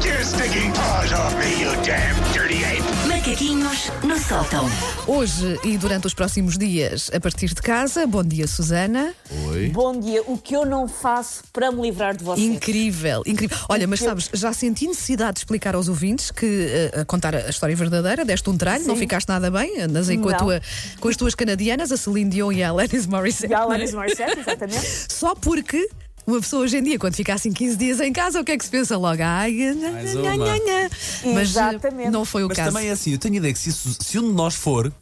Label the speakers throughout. Speaker 1: taking paws off me, you damn dirty ape!
Speaker 2: Macaquinhos no sótão.
Speaker 3: Hoje e durante os próximos dias, a partir de casa, bom dia, Susana.
Speaker 4: Bom dia. O que eu não faço para me livrar de você?
Speaker 3: Incrível, incrível. Olha, mas sabes, já senti necessidade de explicar aos ouvintes que eh, a contar a história verdadeira, deste um tralho, não ficaste nada bem, andas aí com, a
Speaker 4: Não.
Speaker 3: tua- com as tuas canadianas, a Celine Dion e a Alanis Morissette. é?
Speaker 4: E a Alanis Morissette, exatamente.
Speaker 3: Só porque uma pessoa hoje em dia, quando fica assim 15 dias em casa, o que é que se pensa logo? Ai, nha,
Speaker 5: Mais
Speaker 3: nha,
Speaker 5: uma.
Speaker 3: nha, nha. Mas eh,
Speaker 4: Exatamente.
Speaker 3: não foi o
Speaker 5: Mas
Speaker 3: caso.
Speaker 5: também é assim, eu tenho a ideia que se, isso- se um de nós for,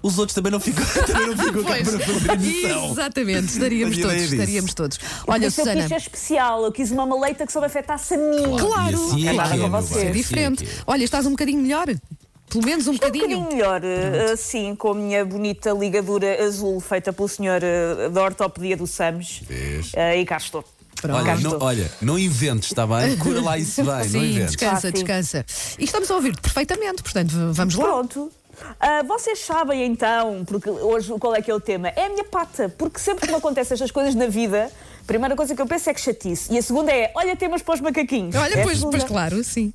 Speaker 5: os outros também não ficam, também não ficam cá é para fazer a missão.
Speaker 3: Exatamente, estaríamos
Speaker 5: Tenho
Speaker 3: todos,
Speaker 5: ideia disso.
Speaker 3: estaríamos todos. Olha,
Speaker 4: Por isso eu
Speaker 3: Susana.
Speaker 4: quis ser especial. Eu quis uma maleita que soube afetar-se a mim.
Speaker 3: Claro.
Speaker 5: E assim
Speaker 4: É
Speaker 5: é
Speaker 4: nada
Speaker 5: que
Speaker 4: com
Speaker 5: é, meu
Speaker 4: vocês.
Speaker 5: bem.
Speaker 3: É
Speaker 4: Sim,
Speaker 3: diferente.
Speaker 5: Assim é que é.
Speaker 3: Olha, estás um bocadinho melhor? Pelo menos um
Speaker 4: Um
Speaker 3: bocadinho.
Speaker 4: bocadinho melhor, eh, assim, com a minha bonita ligadura azul feita pelo senhor eh, da ortopedia do SAMS.
Speaker 5: Vês?
Speaker 4: Eh, E cá estou.
Speaker 3: Pronto.
Speaker 5: Olha,
Speaker 4: Cá
Speaker 5: não,
Speaker 4: estou.
Speaker 5: olha, não inventes, está bem? Cura lá isso bem, não
Speaker 3: Sim,
Speaker 5: inventes.
Speaker 3: descansa,
Speaker 4: Ah, sim.
Speaker 3: descansa. E estamos a ouvir-te perfeitamente, portanto, v- vamos lá.
Speaker 4: Pronto. Ah, vocês sabem então, porque hoje qual é que é o tema? É a minha pata, porque sempre que me acontecem estas coisas na vida, a primeira coisa que eu penso é que chatice. E a segunda é, olha, temas para os macaquinhos. É
Speaker 3: Olha,
Speaker 4: a
Speaker 3: pois,
Speaker 4: segunda.
Speaker 3: pois claro, sim.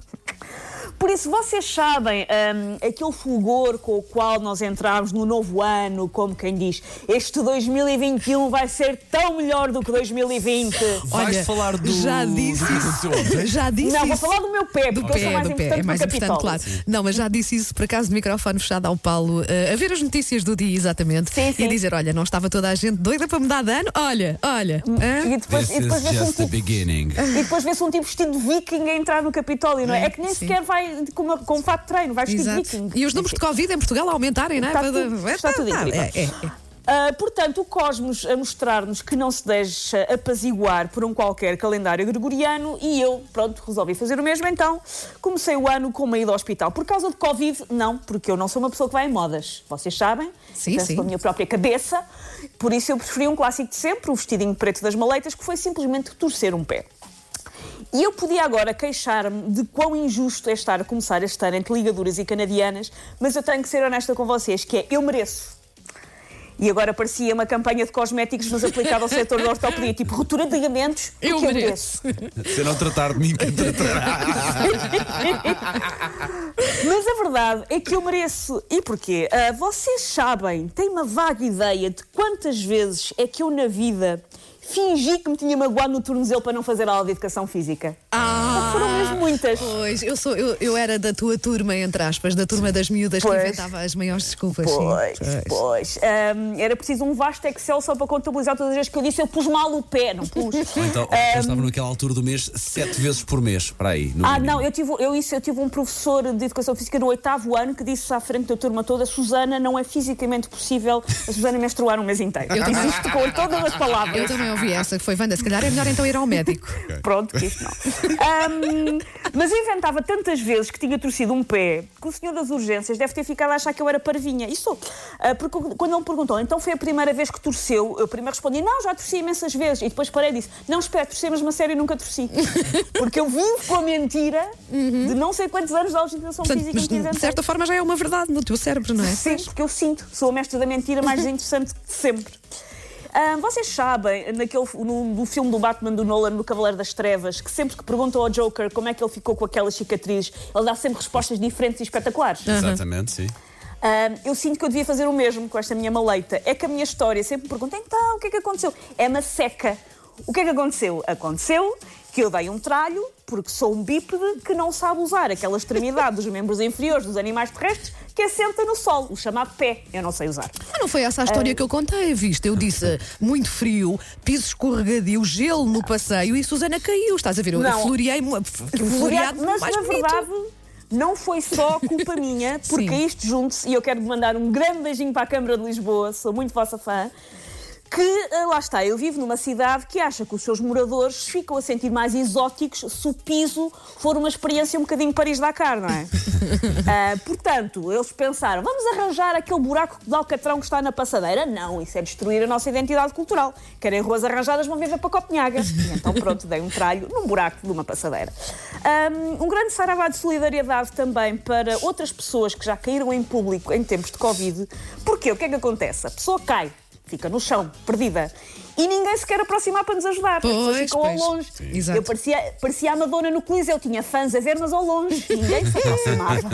Speaker 4: Por isso, vocês sabem hum, aquele fulgor com o qual nós entramos no novo ano, como quem diz, este 2021 vai ser tão melhor do que 2020.
Speaker 5: Vais
Speaker 3: Olha,
Speaker 5: falar do.
Speaker 3: já disse
Speaker 5: do é? que aconteceu ontem?
Speaker 3: Já disse
Speaker 4: Não, vou
Speaker 3: isso.
Speaker 4: falar do meu pé,
Speaker 3: Do
Speaker 4: porque eu sou
Speaker 3: pé,
Speaker 4: mais
Speaker 3: do
Speaker 4: importante
Speaker 3: pé, é
Speaker 4: que o
Speaker 3: mais importante,
Speaker 4: Capitólio.
Speaker 3: claro. Não, mas já disse isso, por acaso, de microfone fechado ao Paulo, eh, a ver as notícias do dia, exatamente.
Speaker 4: Sim,
Speaker 3: E a
Speaker 4: sim.
Speaker 3: dizer: olha, não estava toda a gente doida para mudar de ano? Olha, olha. hã?
Speaker 4: E depois, e
Speaker 5: This
Speaker 4: depois
Speaker 5: is
Speaker 4: vê-se um
Speaker 5: just the
Speaker 4: tipo
Speaker 5: beginning.
Speaker 4: E depois vê-se um tipo vestido de viking a entrar no Capitólio, não é? É que nem
Speaker 3: Sim.
Speaker 4: sequer vai com, uma, com um fato de treino, vai vestido de
Speaker 3: Exato.
Speaker 4: viking.
Speaker 3: E os números de Covid em Portugal aumentarem, não é?
Speaker 4: Está
Speaker 3: Para-
Speaker 4: tudo- está
Speaker 3: é,
Speaker 4: tudo
Speaker 3: tá,
Speaker 4: incrível.
Speaker 3: é, é, é.
Speaker 4: Ah, portanto, o cosmos a mostrar-nos que não se deixa apaziguar por um qualquer calendário gregoriano e eu, pronto, resolvi fazer o mesmo. Então, comecei o ano com uma ida ao hospital. Por causa de Covid, não, porque eu não sou uma pessoa que vai em modas. Vocês sabem?
Speaker 3: Sim,
Speaker 4: Penso
Speaker 3: sim.
Speaker 4: pela minha própria cabeça. Por isso, eu preferi um clássico de sempre, o vestidinho preto das maleitas, que foi simplesmente torcer um pé. E eu podia agora queixar-me de quão injusto é estar a começar este ano entre ligaduras e canadianas, mas eu tenho que ser honesta com vocês, que é, eu mereço. E agora parecia uma campanha de cosméticos nos aplicava ao setor da ortopedia, tipo ruptura de ligamentos, é porque
Speaker 3: Eu
Speaker 4: eu
Speaker 3: mereço.
Speaker 4: mereço.
Speaker 5: Se não tratar de mim, quem tratará?
Speaker 4: Mas a verdade é que eu mereço. E porquê? Ah, vocês sabem, têm uma vaga ideia de quantas vezes é que eu na vida fingi que me tinha magoado no tornozelo para não fazer aula de educação física?
Speaker 3: Ah,
Speaker 4: Foram mesmo muitas.
Speaker 3: Pois, eu, sou, eu, eu era da tua turma, entre aspas, da turma das miúdas
Speaker 4: Pois.
Speaker 3: que inventava as maiores desculpas. sim.
Speaker 4: Pois, pois. Ahm, era preciso um vasto Excel só para contabilizar todas as vezes que eu disse eu pus mal o pé, não pus.
Speaker 5: Ou então, eu estava naquela altura do mês sete vezes por mês. Para aí. no
Speaker 4: Ah,
Speaker 5: mínimo.
Speaker 4: não, eu tive, eu, isso, eu tive um professor de educação física no oitavo ano que disse à frente da turma toda: Susana, não é fisicamente possível a Susana menstruar um mês inteiro.
Speaker 3: Eu também.
Speaker 4: Isto com todas as palavras.
Speaker 3: Eu também ouvi essa, que foi Wanda, se calhar é melhor então ir ao médico.
Speaker 4: Pronto, que isto não. Ahm, mas eu inventava tantas vezes que tinha torcido um pé que o senhor das urgências deve ter ficado a achar que eu era parvinha. Isso, ah, porque quando ele me perguntou, então foi a primeira vez que torceu, eu primeiro respondi, não, já torci imensas vezes. E depois parei e disse, não, espera, torcer, mas uma série nunca torci. Porque eu vivo com a mentira de não sei quantos anos de legislação
Speaker 3: Portanto,
Speaker 4: física
Speaker 3: mas
Speaker 4: que quiser.
Speaker 3: de certa forma já é uma verdade no teu cérebro, não é?
Speaker 4: Sim, porque eu sinto, sou a mestre da mentira mais interessante de sempre. Ah, vocês sabem, naquele, no, no filme do Batman do Nolan, no Cavaleiro das Trevas, que sempre que perguntam ao Joker como é que ele ficou com aquelas cicatrizes, ele dá sempre respostas diferentes e espetaculares.
Speaker 5: Exatamente, sim.
Speaker 4: Ah, eu sinto que eu devia fazer o mesmo com esta minha maleita. É que a minha história sempre me pergunta, então, o que é que aconteceu? É uma seca. O que é que aconteceu? Aconteceu que eu dei um tralho, porque sou um bípede que não sabe usar aquela extremidade dos membros inferiores dos animais terrestres que assenta no solo, o chamado pé. Eu não sei usar.
Speaker 3: Mas não foi essa a história
Speaker 4: É.
Speaker 3: que eu contei, viste? Eu disse eh, muito frio, piso escorregadio, gelo no passeio e Susana caiu. Estás a ver? Eu
Speaker 4: Não.
Speaker 3: floreei mu- f- floreado
Speaker 4: Floreado, mas
Speaker 3: um mais
Speaker 4: na
Speaker 3: bonito.
Speaker 4: verdade não foi só culpa minha, porque
Speaker 3: Sim.
Speaker 4: isto junto-se, e eu quero mandar um grande beijinho para a Câmara de Lisboa, sou muito vossa fã. Que ah, lá está, eu vivo numa cidade que acha que os seus moradores ficam a sentir mais exóticos se o piso for uma experiência um bocadinho Paris-Dakar, não é? Ah, portanto, eles pensaram, vamos arranjar aquele buraco de alcatrão que está na passadeira? Não, isso é destruir a nossa identidade cultural. Querem ruas arranjadas, vão viajar para Copenhaga. E então, pronto, dei um tralho num buraco de uma passadeira. Ahm, Um, grande saravá de solidariedade também para outras pessoas que já caíram em público em tempos de Covid. Porque o que é que acontece? A pessoa cai, fica no chão, perdida. e ninguém se quer aproximar para nos ajudar. As pessoas
Speaker 3: Pois,
Speaker 4: ficam
Speaker 3: pois.
Speaker 4: ao longe.
Speaker 3: Sim. Exato.
Speaker 4: Eu parecia, parecia a Madonna no Coliseu, tinha fãs a ver, mas ao longe. Ninguém se aproximava.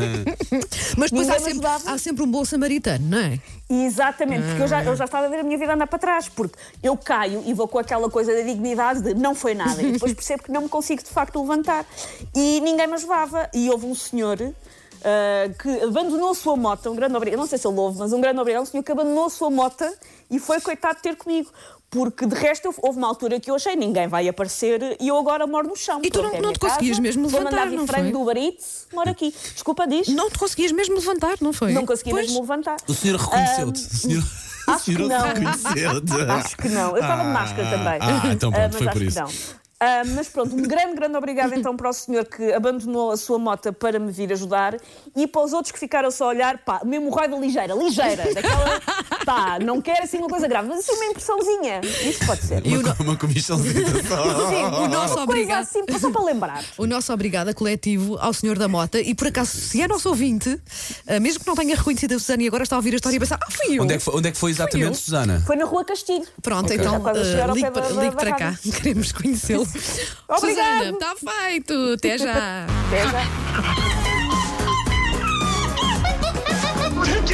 Speaker 3: Mas depois
Speaker 4: Ninguém
Speaker 3: há
Speaker 4: me
Speaker 3: sempre,
Speaker 4: ajudava.
Speaker 3: há sempre um bom samaritano, não é?
Speaker 4: Exatamente, porque eu já, eu já estava a ver a minha vida andar para trás, porque eu caio e vou com aquela coisa da dignidade de não foi nada, e depois percebo que não me consigo de facto levantar. E ninguém me ajudava. E houve um senhor. ah, que abandonou a sua moto, um grande obrigado, não sei se ele ouve, mas um grande obrigado, um senhor que abandonou a sua moto e foi coitado ter comigo, porque de resto eu- houve uma altura que eu achei ninguém vai aparecer e eu agora moro no chão.
Speaker 3: E tu
Speaker 4: Pronto,
Speaker 3: não-
Speaker 4: é a
Speaker 3: não
Speaker 4: minha
Speaker 3: te conseguias
Speaker 4: casa,
Speaker 3: mesmo
Speaker 4: vou
Speaker 3: levantar,
Speaker 4: mandar vir
Speaker 3: não
Speaker 4: frango
Speaker 3: foi?
Speaker 4: do Uber Eats, moro aqui. Desculpa, diz?
Speaker 3: Não te conseguias mesmo levantar, não foi?
Speaker 4: não consegui
Speaker 3: Pois,
Speaker 4: mesmo levantar.
Speaker 5: O senhor reconheceu-te. O senhor, o
Speaker 4: acho que
Speaker 5: senhor
Speaker 4: não.
Speaker 5: reconheceu-te.
Speaker 4: Acho que não. Eu estava de
Speaker 5: É. Ah,
Speaker 4: máscara também.
Speaker 5: Ah, então
Speaker 4: Ah,
Speaker 5: pronto,
Speaker 4: mas
Speaker 5: foi
Speaker 4: acho
Speaker 5: por
Speaker 4: que
Speaker 5: isso.
Speaker 4: não. Ah, mas pronto, um grande, grande obrigado então para o senhor que abandonou a sua moto para me vir ajudar e para os outros que ficaram só a olhar, pá, uma hemorroida ligeira, ligeira, daquela, pá, não quero assim uma coisa grave, mas assim uma impressãozinha. Isso pode ser.
Speaker 5: Uma, co- uma comissãozinha só.
Speaker 4: Sim,
Speaker 3: o nosso
Speaker 4: uma coisa
Speaker 3: obrigado.
Speaker 4: assim, só para lembrar.
Speaker 3: O nosso obrigada coletivo ao senhor da Mota. E por acaso, se é nosso ouvinte, ah, mesmo que não tenha reconhecido a Susana e agora está a ouvir a história e pensar, ah, fui eu.
Speaker 5: Onde é, que foi, onde é que foi
Speaker 3: eu.
Speaker 5: exatamente, Susana?
Speaker 4: Foi na Rua Castilho.
Speaker 3: Pronto,
Speaker 5: Ok.
Speaker 3: então
Speaker 4: Já quase a chegar
Speaker 3: ah,
Speaker 4: ao
Speaker 3: ligue,
Speaker 4: pé da-
Speaker 3: para,
Speaker 4: da-
Speaker 3: ligue
Speaker 4: da
Speaker 3: para cá.
Speaker 4: rádio.
Speaker 3: Queremos conhecê-lo.
Speaker 4: Obrigada.
Speaker 3: Susana, está feito. Até já.
Speaker 4: Até já.
Speaker 1: Take